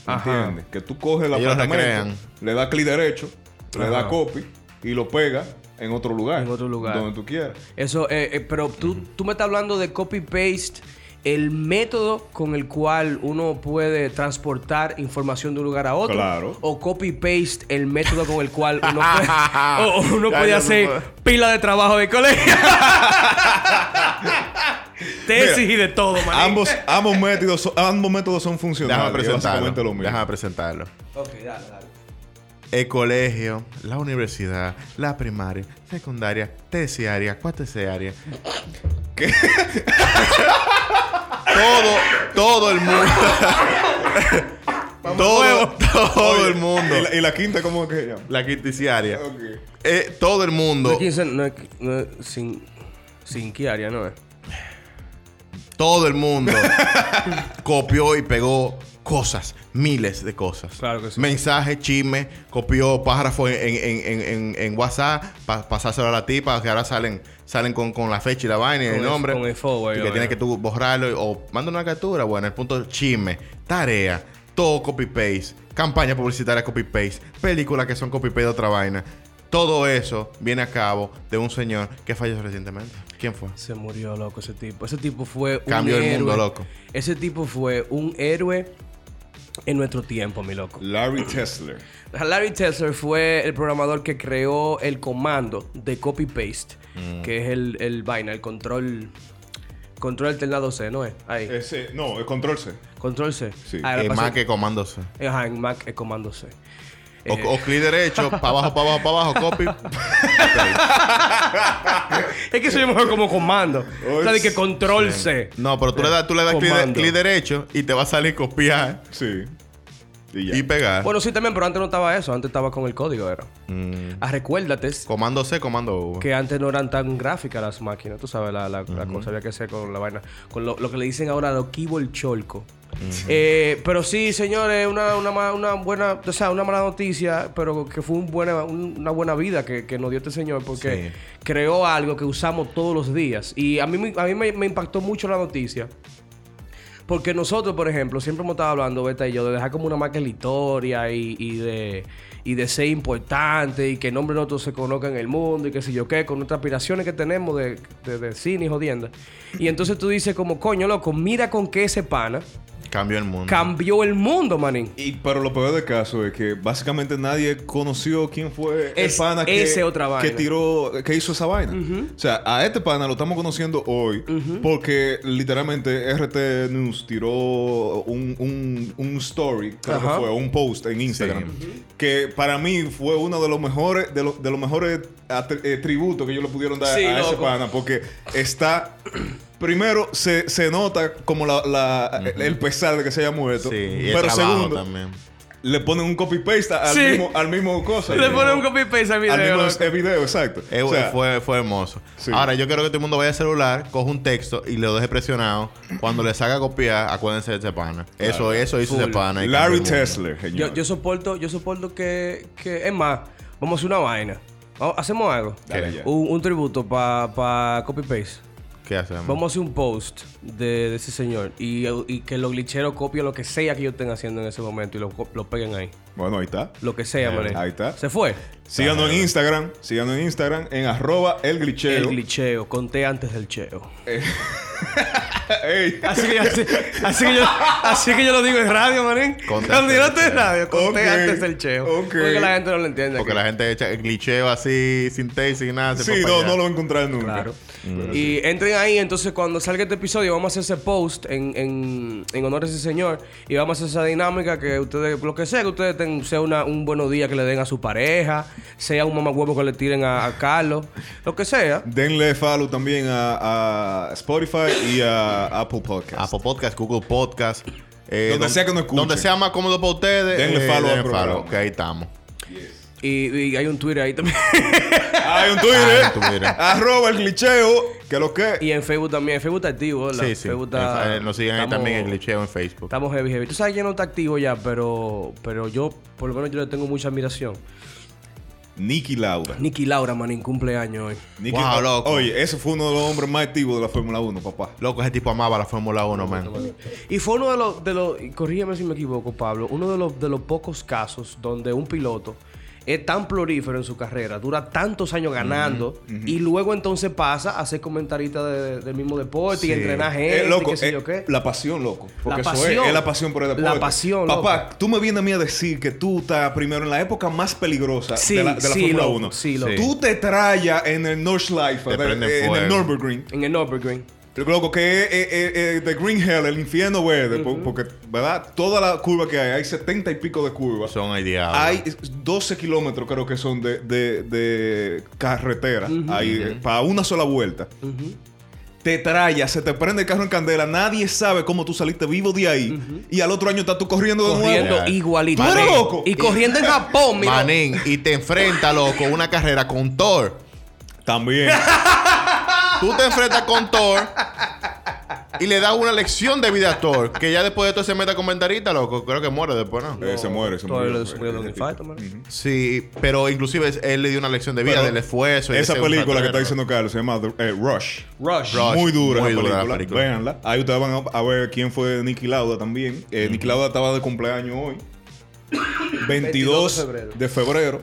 Ajá.
¿Entiendes? Que tú coges el
Ellos lo
apartamento,
recrean.
le das clic derecho, le
Ajá.
das copy y lo pegas en otro lugar.
En otro lugar.
Donde tú quieras.
Eso, eh, eh, pero tú, tú me estás hablando de copy-paste, el método con el cual uno puede transportar información de un lugar a otro.
Claro.
O copy-paste, el método con el cual
(laughs)
uno puede, o- o uno
Ya,
puede
ya,
hacer
no puedo.
pila de trabajo de
(laughs)
colegio. Tesis
Mira,
y de todo, man.
Ah.
Ambos, ambos, métodos son, ambos métodos son funcionales.
Déjame presentarlo.
básicamente lo mismo.
Déjame presentarlo.
Ok, dale, dale.
El colegio, la universidad, la primaria, secundaria, terciaria, cuaterciaria. (laughs) todo, todo el mundo. todo, todo
Oye,
el (laughs) mundo.
¿Y la, y la quinta cómo es que se llama?
La quinticiaria.
Ok.
Eh, todo el
No,
mundo.
es quince- no, es- no es sin, sin quiaria, ¿no es?
Todo el mundo
(laughs)
copió y pegó cosas, miles de cosas.
Claro que sí.
Mensajes, chismes, copió párrafos en, en- en- en- en WhatsApp para pasárselo a la tipa, que ahora salen, salen con, con la fecha y la vaina y
Con
el
el-
nombre.
con el forward,
y que
yo,
tienes
eh.
que tú borrarlo y- o manda una captura. Bueno, el punto chisme, tarea, todo copy-paste, campaña publicitaria copy-paste, películas que son copy-paste de otra vaina. Todo eso viene a cabo de un señor que falleció recientemente. ¿Quién fue?
Se murió, loco, ese tipo. Ese tipo fue un
Cambió el
héroe.
mundo, loco.
Ese tipo fue un héroe en nuestro tiempo, mi loco.
Larry Tesler.
Larry Tesler fue el programador que creó el comando de copy-paste,
Mm.
que es el, el vaina, el control... Control alternado C, ¿no es? Ahí.
Ese, no, el control C.
Control C.
Sí.
Ah, lo
Eh,
que pasa
más que comandos.
es- Ajá, en Mac es comando C.
O,
Eh,
o clic derecho, para abajo, para abajo, para abajo, copy.
es que soy
(laughs)
mejor como comando. O sea, de que control C.
No, pero tú le das, tú le das clic, de-
Comando.
clic derecho y te va a salir copiar
Sí. Y ya.
y pegar.
Bueno, sí también, pero antes no estaba eso. Antes estaba con el código, era. Ah, recuérdate
Mm. Comando C, comando V.
que antes no eran tan gráficas las máquinas, tú sabes, la, la, la cosa había que hacer con la vaina, con lo, lo que le dicen ahora lo keyboard cholco. Eh, pero sí, señores, una, una, ma- una buena, o sea, una mala noticia, pero que fue un buena, un- una buena vida que, que nos dio este señor porque creó algo que usamos todos los días. Y a mí, me- a mí me, me impactó mucho la noticia. Porque nosotros, por ejemplo, siempre hemos estado hablando, Beta y yo, de dejar como una marca en la historia y, y de, y de ser importante y que el nombre de nosotros se conozca en el mundo y qué sé yo qué, con nuestras aspiraciones que tenemos de, de, de cine y jodienda. Y entonces tú dices como, coño, loco, mira con qué ese pana
Cambió el mundo.
Cambió el mundo, manín.
Y pero lo peor del caso es que básicamente nadie conoció quién fue
Es-
el pana que,
ese otra vaina.
que tiró, que hizo esa vaina. O sea, a este pana lo estamos conociendo hoy porque literalmente RT News tiró un, un, un story, creo
Ajá.
que fue, un post en Instagram.
Sí.
Que para mí fue uno de los mejores, de, los- de los mejores atri- eh, tributos que ellos le pudieron dar
Sí,
a ese
loco.
pana. Porque está. Primero, se, se nota como la, la- el pesar de que se haya muerto.
Sí, y el
pero
trabajo
segundo,
también.
le ponen un copy paste al
Sí.
mismo al mismo cosa.
Le ponen un copy paste al
al
video.
mismo
loco.
eh, video, exacto.
Eh,
O sea,
fue, fue hermoso.
Sí.
Ahora, yo quiero que todo el mundo vaya al celular, coja un texto y lo deje presionado. Cuando le salga a copiar, acuérdense de ese pana. Eso, eso hizo ese
Full.
pana. y cambió
Larry
el mundo.
Tesler, señor.
Yo, yo soporto, yo soporto que, que- es más, vamos a hacer una vaina. Vamos- hacemos algo.
Dale ya.
Un, un tributo para copy paste.
¿Qué hacemos?
Vamos a hacer un post de, de ese señor y, y que los glitcheros copien lo que sea que ellos estén haciendo en ese momento y lo, co- lo peguen ahí.
Bueno, ahí está.
Lo que sea, mané.
ahí está.
Se fue.
Síganos en Instagram, síganos en Instagram en arroba el
El
glitcheo.
glitcheo. Conté antes del cheo.
(laughs) Ey.
Así que, así, así que yo, así que yo lo digo en radio, manín.
Conté
Cuando
antes
yo
del
estoy en
cheo.
radio, conté
Ok,
antes del cheo.
ok.
Porque la gente no lo entiende.
Porque
aquí.
la gente echa el glitcheo así, sin taste, sin nada. se
Sí,
fue pa'
no,
allá.
no lo voy a encontrar nunca.
Claro. Y entren ahí, entonces cuando salga este episodio vamos a hacer ese post en, en, en honor a ese señor y vamos a hacer esa dinámica que ustedes, lo que sea, que ustedes tengan, sea una- un buenos días que le den a su pareja, sea un mamacuevo que le tiren a, a Carlos, lo que sea.
Denle follow también a, a Spotify y a Apple Podcast.
Apple Podcast, Google Podcast. eh,
Donde sea que nos escuchen.
Donde sea más cómodo para ustedes. eh,
Denle follow al
denle follow,
programa.
que ahí estamos.
Y, y hay un Twitter ahí también. (laughs)
Hay un Twitter. (laughs)
Ah, en Twitter.
arroba el glitcheo. Que lo que.
y en Facebook también. Facebook está activo, ¿verdad?
Sí, sí.
Facebook está-
Eh, Nos siguen ahí
estamos-
también en glitcheo en Facebook.
Estamos heavy, heavy. Tú sabes que no está activo ya, pero, pero yo, por lo menos yo le tengo mucha admiración.
Nicky Lauda.
Nicky Laura, man, cumpleaños hoy.
Nicky
Wow,
Lauda.
loco.
Oye, ese fue uno de los hombres más activos de la Fórmula 1, papá.
Loco, ese tipo amaba la Fórmula 1, man.
Y fue uno de los, de los y corrígeme si me equivoco, Pablo, uno de los, de los pocos casos donde un piloto es tan prolífero en su carrera, dura tantos años ganando, y luego entonces pasa a ser comentarista de- del mismo deporte y
Sí.
entrenar gente,
Eh, loco,
qué sé
eh,
yo Este qué.
la pasión, loco.
La
Porque eso es,
pasión.
es, la pasión por el
La
deporte.
pasión,
Papá,
loco.
tú me vienes a mí a decir que tú estás primero en la época más peligrosa
Sí,
de la, de la
sí,
Fórmula
loco,
1.
sí, loco.
Tú te trayas en el Nordschleife,
Te
de-
prenden
eh, en el
fuego.
Nürburgring.
En el Nürburgring.
Loco, que es eh, eh, eh, The Green Hell, el infierno verde. po- Porque, ¿verdad? Toda la curva que hay, hay 70 y pico de curvas.
Son ideales.
Hay 12 kilómetros, creo que son de, de- de carretera. ahí, eh, Para una sola vuelta. Te traya, se te prende el carro en candela. Nadie sabe cómo tú saliste vivo de ahí. Y al otro año estás tú corriendo de
Corriendo
nuevo.
Real.
igualito.
¿Tú eres
Manín.
loco?
Y corriendo en Japón, mira.
Manín, y te enfrenta, loco, una carrera con Thor.
También.
Tú te enfrentas con Thor y le das una lección de vida a Thor. Que ya después de esto se meta comentarista, loco. Creo que muere después, ¿no?
Eh, se muere, se Eh,
Todo
muere.
lo- se murió de un infarto, man.
Sí, pero inclusive es- él le dio una lección de vida,
Pero
del esfuerzo. y de
Esa
ser un
película que
ratero.
está diciendo Carlos se llama The- eh, Rush.
Rush.
Rush.
Muy dura
Muy
la
dura la
película.
película.
Véanla. Ahí ustedes van a, a ver quién fue Nicky Lauda también. Eh, Nicky Lauda estaba de cumpleaños
(coughs)
hoy. 22 de
febrero.
febrero.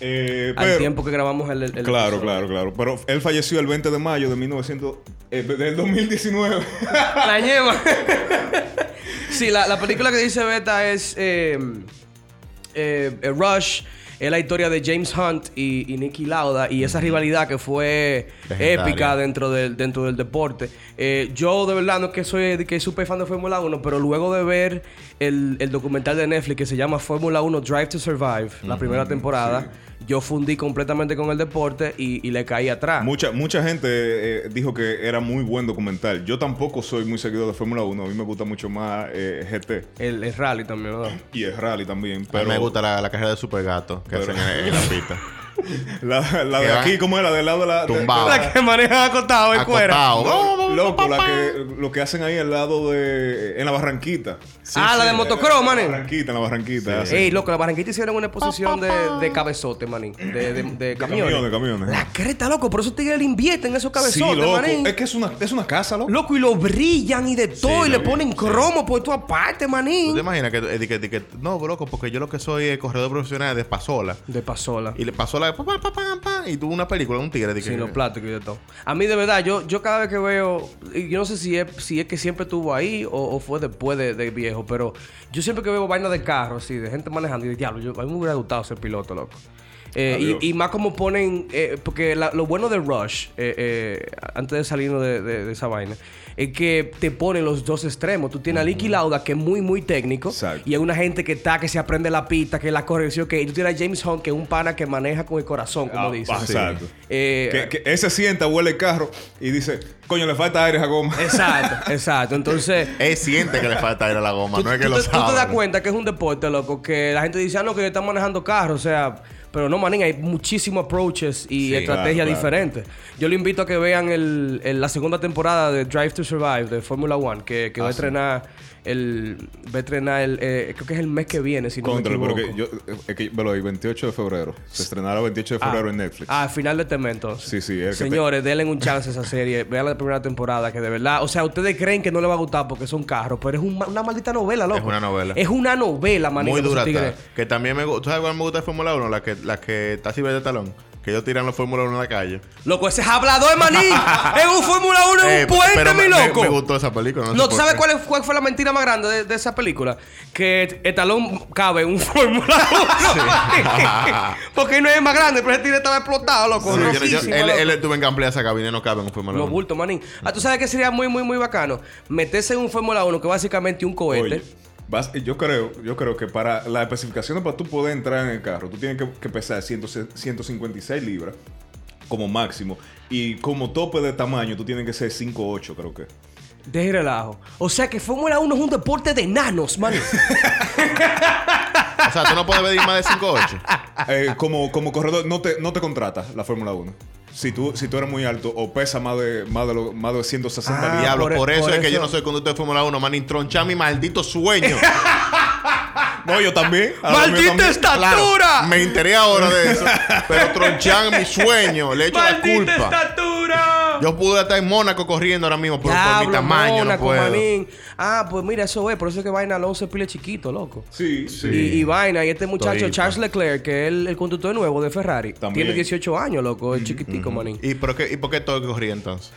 Eh,
Al
pero-
tiempo que grabamos el. el- el
Claro,
episodio.
claro, claro. Pero él falleció el 20 de mayo de 1900, eh,
(laughs)
del 2019.
La ñema. (laughs) sí, la, la película que dice Beta es eh, eh, eh, Rush. Es la historia de James Hunt y, y Nicky Lauda y esa rivalidad que fue
Legendaria.
épica dentro del, dentro del deporte. Eh, yo de verdad no es que soy de que super fan de Fórmula 1, pero luego de ver el, el documental de Netflix que se llama Fórmula 1 Drive to Survive, la primera temporada, yo fundí completamente con el deporte y, y le caí atrás.
mucha, mucha gente eh, dijo que era muy buen documental. Yo tampoco soy muy seguidor de Fórmula 1. A mí me gusta mucho más eh, GT
el, el rally también, ¿verdad?
y el rally también.
A mí
Pero
me gusta la, la carrera de Supergato que
Pero-
hacen en, en la
(laughs)
pista.
La, la
Que
de
va-
aquí, ¿cómo era? Del lado de la... de-
Tumbado.
de la-
(laughs) La que maneja acotado en cuera.
Acotado.
Loco, la que, lo que hacen ahí al lado de... En la barranquita.
ah, la de motocross,
En la
manín.
barranquita, en la barranquita. hacen.
Ey, loco, la Barranquita hicieron una exposición de, de cabezote, manín. De, de, de camiones.
camiones, camiones.
La creta, loco. Por eso tigres le invierten en esos
Sí,
cabezotes,
loco.
manín.
Es que es una, es una casa, loco.
Loco, y lo brillan y de todo. y
lo
le
vi,
ponen
sí.
cromo por toda parte,
¿Tú te
manín.
imaginas que, eh, di que- di que- no, loco, porque yo lo que soy es corredor profesional de Pasola.
De pasola.
Y le pasó la pa, pa, pa, pa, pa, y tuvo una película, un tigre. di que-
Sin los platos que yo todo. A mí, de verdad, yo, yo cada vez que veo yo, yo no sé si es, si es que siempre estuvo ahí o, o fue después de, de viejo, pero yo siempre que veo vainas de carro, así, de gente manejando, y de diablo, yo, a mí me hubiera gustado ser piloto, loco. Eh, y-
Adiós.
y, más como ponen, eh, porque la- lo bueno de Rush, eh, eh, antes de salirnos de, de- de esa vaina, es que te ponen los dos extremos. Tú tienes a Licky Lauda, que es muy, muy técnico,
Exacto.
y hay una gente que está, que se aprende la pista, que la corrección, que y tú tienes a James Hunt, que es un pana que maneja con el corazón, como
Ah,
dice.
ah, exacto.
Eh,
Que, que ese sienta, huele el carro y dice, coño, le falta aire a esa goma.
(laughs)
Exacto, exacto. Entonces,
(laughs) Él siente que le falta aire a la goma,
tú,
no es que
tú
lo
te, tú te
sabe.
das cuenta que es un deporte, loco, que la gente dice, ah, no, que yo está manejando carro, o sea, pero no, manín, hay muchísimos approaches y
Sí,
estrategias
claro, claro.
diferentes. Yo le invito a que vean el, el- la segunda temporada de Drive to Survive de Fórmula One, que,
Ah,
que va a estrenar el, va a estrenar el, eh, creo que es el mes que viene, si no
Contra,
me
pero
equivoco.
que yo, es que, velo ahí, 28 de febrero. Se estrenará 28 de
Ah,
febrero en Netflix.
Ah, final de tema entonces.
Sí, sí, el que te-
Señores, denle un chance a esa
(laughs)
serie. Vean la primera temporada, que de verdad. O sea, ustedes creen que no le va a gustar porque son carros, pero es un ma- una maldita novela, loco.
Es una novela.
Es una novela, manito.
Muy
esos
dura.
tigres.
está. Que también me gusta. ¿Tú sabes cuál me gusta de Fórmula 1? La que, la que está libre de talón. Que ellos tiran los Fórmula 1 a la calle.
Loco, ese es hablador, maní.
(laughs)
es un Fórmula 1 en
Eh,
un puente,
pero
mi
me- me-
loco.
Me, gustó esa película. No,
No, ¿tú sabes cuál, es- cuál fue la mentira más grande de, de esa película? Que Etalón cabe en un (laughs) Fórmula
(laughs)
1. Porque no es más grande, pero ese tigre estaba explotado, loco. Rosísimo,
él,
loco.
él estuvo en Gamble esa cabina y no cabe en un Fórmula
Los
1.
bultos, manín. Ah, tú sabes que sería muy, muy, muy bacano. Meterse en un Fórmula 1, que básicamente un cohete.
Oye, vas- eh, yo creo, yo creo que para las especificaciones para tú poder entrar en el carro, tú tienes que, que pesar 100 156 libras como máximo. Y como tope de tamaño, tú tienes que ser 5'8,
(laughs)
creo que.
De relajo. O sea que Fórmula 1 es un deporte de nanos, manín.
O sea, tú no puedes pedir más de
(laughs)
5'8.
Eh, como, como corredor, no te, no te contrata la Fórmula 1. Si tú, si tú eres muy alto o pesa más de, más de, lo- más de 160
Ah,
libras.
Diablo,
por-
por, eso
por
es que
eso-
yo no soy conductor de Fórmula 1, man. Introncha mi maldito sueño. (laughs)
No, yo también. a lo mío
¡Maldita
también.
estatura!
me enteré ahora
(laughs)
de eso. Pero tronchan mi sueño. Le echo la
¡Maldita
culpa.
estatura!
Yo pude estar en Mónaco corriendo ahora mismo por, por mi
Diablo,
tamaño.
Mónaco,
no puedo.
manín. Ah, pues mira, eso es. Por eso es que vaina Alonso es pile chiquito, loco.
Sí, sí.
Y, y vaina, y este muchacho
Todito.
Charles Leclerc, que es el, el conductor nuevo de Ferrari,
También.
tiene 18 años, loco, es chiquitico, manín.
¿Y por qué, y por qué todo corría entonces?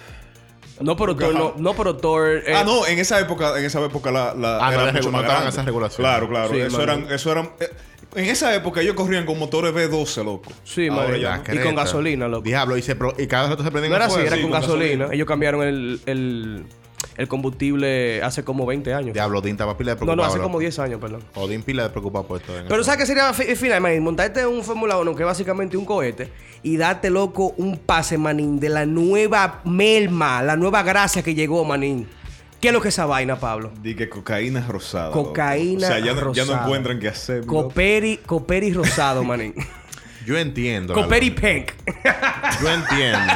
No, pero Thor, no, no, pero Thor. eh,
ah, no, en esa época, en esa época la, la
Ah, no,
era
era
mucho
regu-
más
no estaban
grande.
esas regulaciones.
Claro, claro.
Sí,
eso
mano.
eran, eso eran. eh, en esa época ellos corrían con motores V12, loco.
Sí,
Ahora
manín.
ya
Ya,
no.
Y con gasolina, loco.
Diablo, y, se pro- y cada rato se prenden
No era así,
fuego.
era
sí,
con,
con
gasolina.
gasolina.
Ellos cambiaron el, el, el combustible hace como 20 años.
Diablo, Odín estaba pila
no,
de preocupado.
no, hace
loco.
como 10 años, perdón.
Odín pila de preocupado por esto.
Pero ¿sabes qué sería fi- final, manín? Montarte en un Fórmula 1 que es básicamente un cohete y darte, loco, un pase, manín, de la nueva melma, la nueva gracia que llegó, manín. ¿Qué es lo que es esa vaina, Pablo?
Di que cocaína rosada. loco.
Cocaína
O sea, ya, no- ya no
rosada.
encuentran qué hacer. loco.
Coperi, Coperi rosado,
(laughs)
manín.
Yo entiendo. la
Coperi
loca.
pink.
Yo entiendo.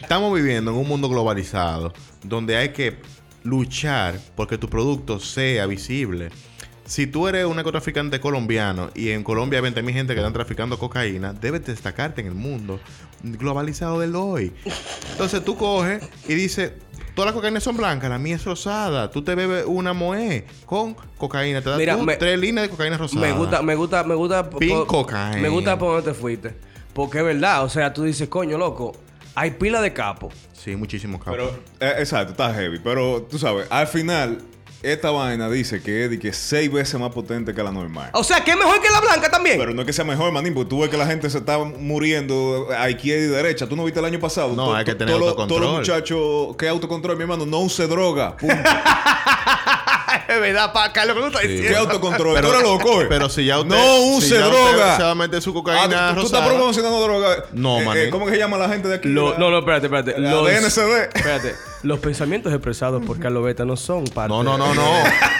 Estamos viviendo en un mundo globalizado donde hay que luchar porque tu producto sea visible. Si tú eres un narcotraficante colombiano y en Colombia hay 20.000 gente que están traficando cocaína, debes destacarte en el mundo globalizado del hoy. Entonces tú coges y dices, todas las cocaínas son blancas, la mía es rosada. Tú te bebes una moe con cocaína. Te das
Mira, me-
tres líneas de cocaína rosada.
Me gusta, me gusta, me gusta. po-
Pin
po-
cocaína.
Me gusta por dónde te fuiste. Porque es verdad, o sea, tú dices, coño, loco, hay pila de capo.
Sí, muchísimo capo.
Pero, eh, exacto, está heavy. Pero tú sabes, al final, esta vaina dice que es di que seis veces más potente que la normal.
O sea, que es mejor que la blanca también.
Pero no es que sea mejor, manín, porque tú ves que la gente se está muriendo a izquierda y derecha. ¿Tú no viste el año pasado?
No,
To-
hay que
to-
tener
todos los-
autocontrol.
Todos los muchachos, ¿qué autocontrol, mi hermano? No use droga. Punto.
Es verdad, pa, Carlos, ¿cómo tú (laughs) estás
¿Qué autocontrol? Tú eres loco, eh.
Pero si ya usted.
No use
si ya usted
droga.
Se va a meter su cocaína.
Ah, ¿tú, tú
rosada.
estás promocionando droga.
No,
Eh,
manín.
eh, ¿Cómo que se llama la gente de aquí?
Lo-
La-
no, no, espérate, espérate.
la DNCD.
Espérate. Los pensamientos expresados por Carlos Beta no son parte.
No, no, no, no.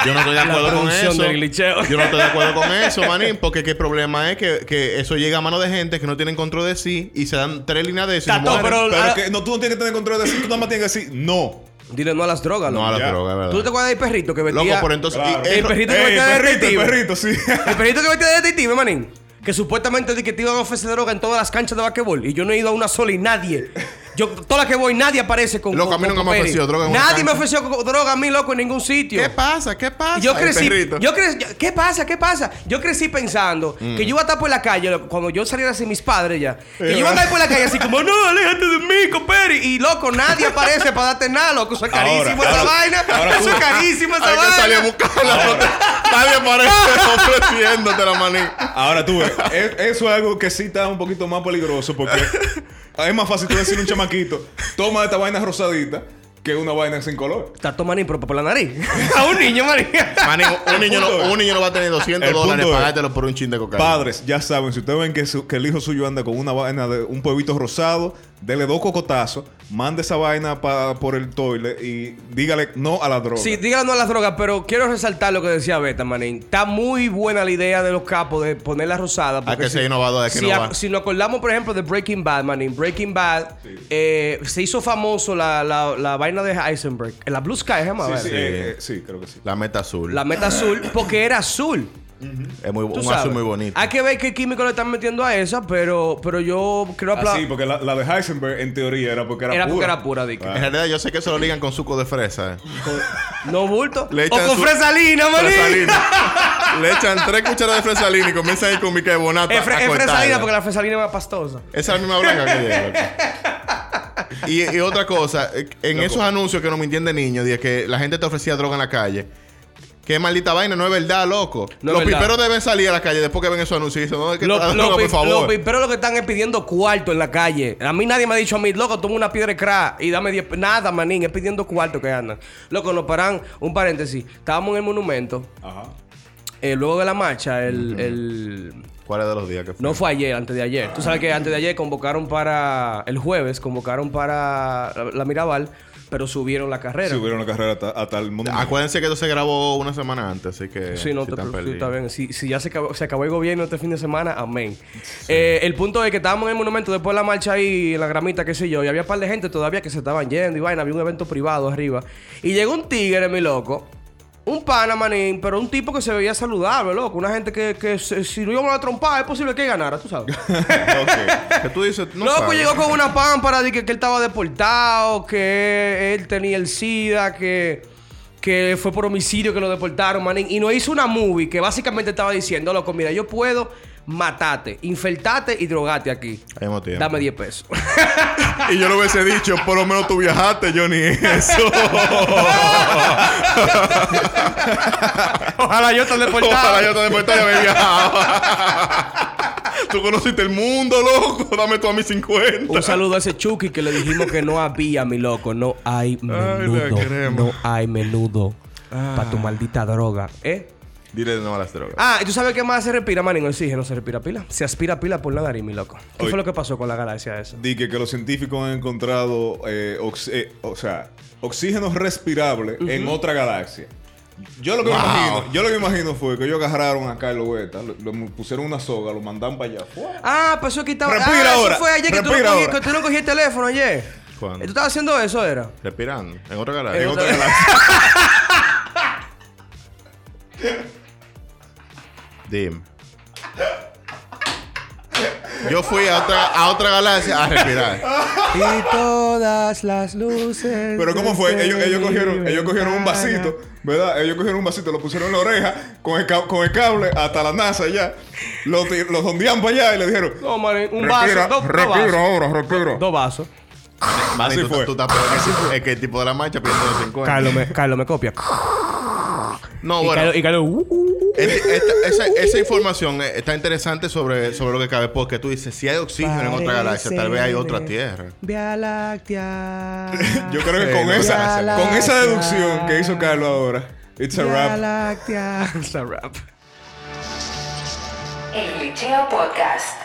Yo no estoy de
La
acuerdo con
producción
eso.
del glitcheo.
Yo no estoy de acuerdo con eso, manín. Porque que el problema es que, que eso llega a manos de gente que no tienen control de sí y se dan tres líneas de eso. y se
Tato,
mueren.
pero-
Pero
ah,
que no, tú no tienes que tener control de decir, tú nada más tienes que decir no.
Dile no a las drogas,
No a la
loco.
Ya.
droga, es ¿verdad?
¿Tú te acuerdas del perrito que vestía?
Loco, por entonces.
Claro.
y- eh,
El
eso-
perrito que
Ey,
vestía de
perrito, el
detective.
perrito, sí.
(laughs) El perrito que vestía de detective, manín. Que supuestamente dice que te iban a ofrecer droga en todas las canchas de basquetbol. Y yo no he ido a una sola y nadie Yo, todas las que voy, nadie aparece con.
Loco,
con-
a mí
con
nunca me
papel.
ofreció droga en una
Nadie me
cancha.
ofreció co- droga a mí, loco, en ningún sitio.
¿Qué pasa? ¿Qué pasa?
Yo
El
crecí,
perrito. Mm.
yo crecí, yo- ¿qué pasa? ¿Qué pasa? Yo crecí pensando que yo iba a estar por la calle, loco, cuando yo saliera sin mis padres ya, que yo iba a
Eh.
estar por la calle así como, no, aléjate de mí, comperi. Y loco, nadie aparece para darte nada, loco. Eso es
Ahora,
carísimo esa
ahora-
vaina. eso es carísimo esa
Hay que salir a
vaina.
buscarla. porque Nadie
(laughs)
parece ofreciéndote la maní.
Ahora tú ves, es- eso es algo que sí está un poquito más peligroso porque es más fácil tú decirle a un chamaquito, toma esta vaina rosadita que una vaina sin color.
Está tomando impropa por la nariz. (laughs) a un niño, María. (laughs)
Maní, un niño, no,
punto es-
un niño no va a tener 200
el punto
dólares
es-
pagártelo por un chin de cocaína.
Padres, ya saben, si ustedes ven que, su- que el hijo suyo anda con una vaina de un pueblito rosado, dele dos cocotazos, mande esa vaina pa- por el toile y dígale no a la droga.
Sí, díganlo a las drogas, pero quiero resaltar lo que decía Beta, manín. Está muy buena la idea de los capos de poner la rosada.
Hay
porque
que ser innovador, hay que
si,
innovar.
ac- si nos acordamos, por ejemplo, de Breaking Bad, man, en Breaking Bad eh, se hizo famoso la, la- la vaina de Heisenberg. La Blue Sky, ¿eh,
sí,
mamá?
sí, eh, eh, sí, creo que sí.
La meta azul.
La meta azul, porque era azul.
es muy,
tú
un
sabes.
azul muy bonito.
Hay que ver qué químico le están metiendo a esa, pero, pero yo creo
Ah, sí,
aplaudir.
porque la, la de Heisenberg en teoría era porque era,
Era
pura. Ah,
porque era pura, Dick.
En realidad yo sé que se lo ligan con suco de fresa. eh.
No bulto.
Le
o
echan
con
su-
fresalina, maní.
Fresalina. (laughs) Le echan tres cucharadas de fresalina y comienzan ahí con mi carbonato.
Es, fre-
a
es
cortarla.
fresalina porque la fresalina es más pastosa.
Esa es la misma blanca que lleva. Y, y otra cosa, eh, en esos anuncios que no me entiende niño, de que la gente te ofrecía droga en la calle. Qué maldita vaina, no es verdad, loco.
No es
los
verdad.
piperos deben salir a la calle después que ven esos anuncios y dicen, no, es que
Lo-
está la
lo
droga,
pi-
por favor.
lo pi- pero lo que están es pidiendo cuarto en la calle. A mí nadie me ha dicho a mí, loco, toma una piedra de crack y dame 10 pe- Nada, manín, es pidiendo cuarto que andan. Loco, nos paran, un paréntesis. Estábamos en el monumento,
Ajá.
eh, luego de la marcha, el, el-
¿Cuál es de los días que fue?
No fue ayer, antes de ayer. Tú sabes que antes de ayer convocaron para. El jueves convocaron para la, la Mirabal, pero Ah. subieron la carrera.
Subieron la carrera hasta, hasta el mundo.
Acuérdense que esto se grabó una semana antes, así que.
Sí, no
si
te preocupes,
están perdidos. (laughs)
está bien. Si, si ya se acabó, se acabó el gobierno este fin de semana, amén. Eh, el punto es que estábamos en el monumento después de la marcha ahí, en la gramita, qué sé yo, y había un par de gente todavía que se estaban yendo y vaina, había un evento privado arriba. Y llegó un tigre, mi loco. Un pana, manín, pero un tipo que se veía saludable, loco. Una gente que, que se- si lo íbamos a trompar, es posible que ganara, tú sabes.
Ok. Que tú dices, no
Loco
sabes.
llegó con una pámpara de que, que él estaba deportado, que él tenía el SIDA, que, que fue por homicidio que lo deportaron, manín. Y nos hizo una movie que básicamente estaba diciendo, loco, mira, yo puedo matarte, infeltarte y drogarte aquí.
Al mismo tiempo.
Dame 10 pesos. (laughs)
Y yo lo hubiese dicho, por lo menos tú viajaste, yo ni eso.
Ojalá yo te
Ojalá yo
deportado.
te despertara y haber viajado. tú conociste el mundo, loco. Dame tú a mis 50.
Un saludo a ese Chucky que le dijimos que no había, mi loco. No hay menudo.
queremos.
no hay menudo. Para
Ah.
tu maldita droga. ¿Eh?
Dile no a las drogas.
Ah, ¿y tú sabes qué más se respira, manín? Oxígeno se respira pila. Se aspira pila por la nariz, mi loco. ¿Qué
Oye.
fue lo que pasó con la galaxia esa?
Di que, que los científicos han encontrado, eh, ox- eh, o sea, oxígeno respirable en otra galaxia. Yo lo que me
Wow.
imagino, yo lo que me imagino fue que ellos agarraron a Carlos Huerta, lo, lo pusieron una soga, lo mandaron para allá. ¡Fua!
Ah, pues eso quitaba.
Respira
ah,
ahora,
Eso fue ayer que tú, no
respira
cogí,
ahora.
que tú no cogí el teléfono ayer.
¿Cuándo?
¿Tú estabas haciendo eso,
(laughs)
era?
Respirando. En otra
En
galaxia.
otra-
Dime. Yo fui a otra, a otra galaxia a respirar.
y todas las luces.
Pero cómo fue, ellos, ellos cogieron, ellos cogieron un vasito, ¿verdad? Ellos cogieron un vasito, lo pusieron en la oreja con el, ca- con el cable hasta la NASA allá, lo, ti- lo sondearon para allá y le dijeron,
No, manín, un
respira,
vaso. Dos dos
respira
vasos.
ahora, respira.
Dos vasos.
Mani,
Así
tú,
fue.
tú estás (laughs) peor que- Es que el tipo de la marcha pidiendo los 50.
Carlos me, Carlos me
(laughs)
copia.
No,
y
Ah, bueno.
Carlos. y Carlos, uh, uh, uh.
Este- esta- esa, esa información eh, está interesante sobre, sobre lo que cabe porque tú dices, si hay oxígeno en otra galaxia, tal vez hay otra Tierra.
Vía Láctea.
(laughs) Yo creo que con
Eh,
esa,
gracias.
con esa deducción que hizo Carlos ahora, it's a
Vía
wrap. (laughs)
Láctea. It's a rap.
El Liceo Podcast.